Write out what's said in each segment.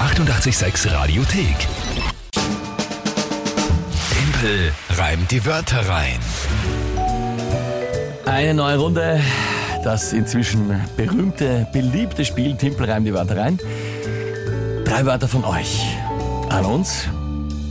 886 Radiothek. Tempel reimt die Wörter rein. Eine neue Runde. Das inzwischen berühmte, beliebte Spiel Timpel reimt die Wörter rein. Drei Wörter von euch an uns.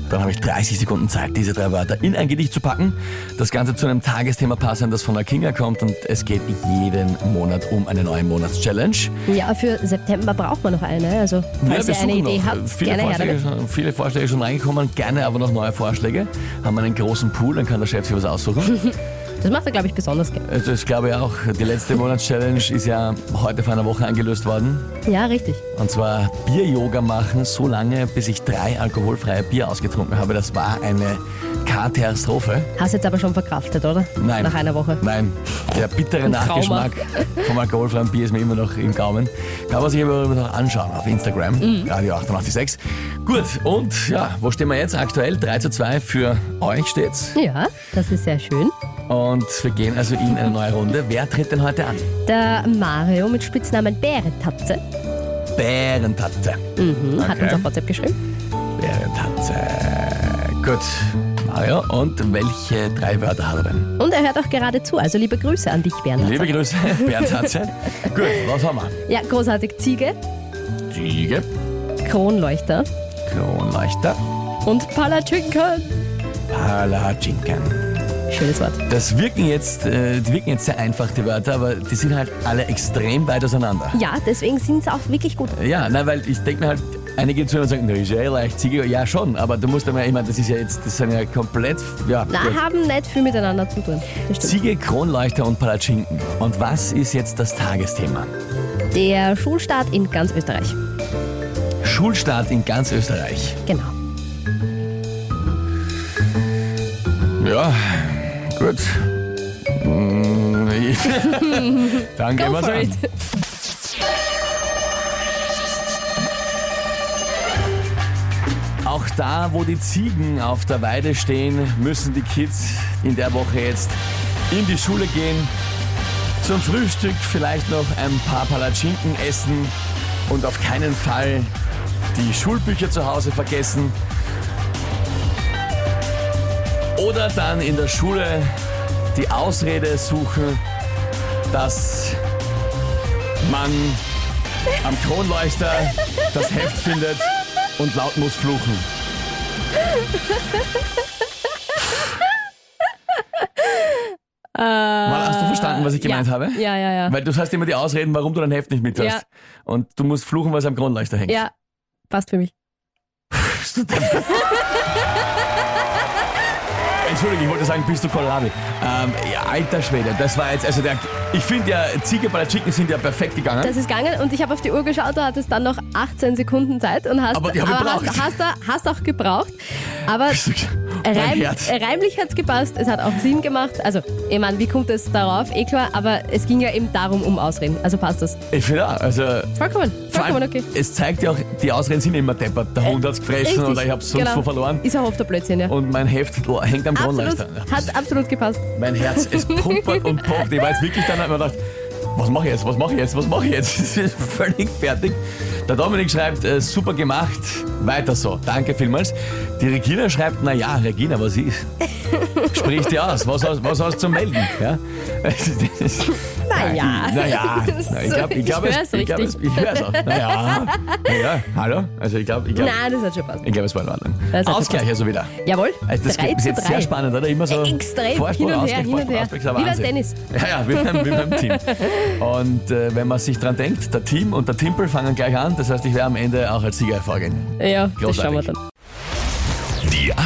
Dann habe ich 30 Sekunden Zeit, diese drei Wörter in ein Gedicht zu packen. Das Ganze zu einem Tagesthema passen, das von der Kinga kommt. Und es geht jeden Monat um eine neue Monatschallenge. Ja, für September braucht man noch eine. Also, falls wir ihr eine suchen Idee noch. äh, habt, viele, gerne her Vorschläge, damit. schon- viele Vorschläge schon reingekommen, gerne aber noch neue Vorschläge. Haben wir einen großen Pool, dann kann der Chef sich was aussuchen. Das macht er, glaube ich, besonders gerne. Also Das glaube ich auch. Die letzte Monatschallenge ist ja heute vor einer Woche eingelöst worden. Ja, richtig. Und zwar Bier-Yoga machen, so lange, bis ich drei alkoholfreie Bier ausgetrunken habe. Das war eine Katastrophe. Hast jetzt aber schon verkraftet, oder? Nein. Nach einer Woche. Nein. Der bittere Ein Trauma. Nachgeschmack vom alkoholfreien Bier ist mir immer noch im Gaumen. Kann man sich aber noch anschauen auf Instagram, Mhm. Radio 886. Gut, und ja, wo stehen wir jetzt aktuell? 3 zu 2 für euch steht's. Ja, das ist sehr schön. Und wir gehen also in eine neue Runde. Wer tritt denn heute an? Der Mario mit Spitznamen Bärentatze hm, Bärentatze. Mhm, hat uns auf WhatsApp geschrieben. Bärentatze. Gut, Mario. Und welche drei Wörter hat er denn? Und er hört auch gerade zu. Also liebe Grüße an dich, Bärentatze. Liebe Grüße, Bärentatze. Gut, was haben wir? ja, großartig. Ziege, Ziege, Kronleuchter Kronleuchter, und Palatschinken. Palatschinken. Schönes Wort. Das wirken jetzt, äh, die wirken jetzt sehr einfach, die Wörter, aber die sind halt alle extrem weit auseinander. Ja, deswegen sind es auch wirklich gut. Ja, na, weil ich denke mir halt, einige zu mir sagen, na, ist ja eh leicht, Ziege, ja schon, aber du musst einmal, ich meine, das ist ja jetzt, das sind ja komplett, ja, Na, gut. haben nicht viel miteinander zu tun. Das stimmt. Ziege, Kronleuchter und Palatschinken. Und was ist jetzt das Tagesthema? Der Schulstart in ganz Österreich. Schulstart in ganz Österreich. Genau. Ja, gut. Mm, Dann gehen Go wir's for it. an. Auch da, wo die Ziegen auf der Weide stehen, müssen die Kids in der Woche jetzt in die Schule gehen, zum Frühstück vielleicht noch ein paar Palatschinken essen und auf keinen Fall die Schulbücher zu Hause vergessen. Oder dann in der Schule die Ausrede suchen, dass man am Kronleuchter das Heft findet und laut muss fluchen. Mal hast du verstanden, was ich gemeint Äh, ja. habe? Ja, ja, ja. Weil du hast immer die Ausreden, warum du dein Heft nicht mit hast. Ja. Und du musst fluchen, weil es am Kronleuchter hängt. Ja, passt für mich. Bist du deppert? Entschuldige, ich wollte sagen, bist du Kohlrabi? Ähm, ja, alter Schwede, das war jetzt, also der, ich finde ja, Ziege bei der Chicken sind ja perfekt gegangen. Das ist gegangen und ich habe auf die Uhr geschaut, du hattest dann noch 18 Sekunden Zeit und hast, Aber die hab ich hast, gebraucht. hast, da- hast auch gebraucht. Aber mein reim, Herz. reimlich hat's gepasst, es hat auch Sinn gemacht. Also, ich meine, wie kommt es darauf? Eh klar, aber es ging ja eben darum, um Ausreden. Also passt das. Ich finde auch, also Vollkommen, vor allem, vollkommen okay. Äh, es zeigt ja auch, die Ausreden sind immer deppert. Der Hund hat's gefressen Richtig, oder ich hab's sonst genau. wo verloren. Ist auch oft der Blödsinn, ja. Und mein Heft hängt am Absolut, Kronleuchter. hat absolut gepasst. Mein Herz, es pumpert und pumpt. Ich war jetzt wirklich dann, hab mir gedacht, was mache ich jetzt, was mache ich jetzt, was mache ich jetzt? Es ist völlig fertig. Der Dominik schreibt, äh, super gemacht, weiter so. Danke vielmals. Die Regina schreibt, na ja, Regina, was ist? Sprich dir aus, was hast was hast du zum Melden? Ja? Naja. Äh, Naja, ich glaube, ich, glaub, Ich es- hör's ich, glaub, es- ich höre es auch. Naja, naja, hallo? Also ich glaube, ich glaube, Nein, das hat schon passt. ich glaub, es war in Ordnung. Das hat Ausgleich gepasst. also wieder. Jawohl, Also das 3 ist zu jetzt 3. sehr spannend, oder? Immer so Extrem, Vorsprung, hin und her, Ausgleich, hin und Vorsprung, her. Ausgleich, der Wie beim Wahnsinn. Tennis. Ja, ja, wie beim, wie beim Team. Und äh, wenn man sich dran denkt, der Team und der Timpel fangen gleich an. Das heißt, ich werde am Ende auch als Sieger hervorgehen. Ja, das Großartig. schauen wir dann. Die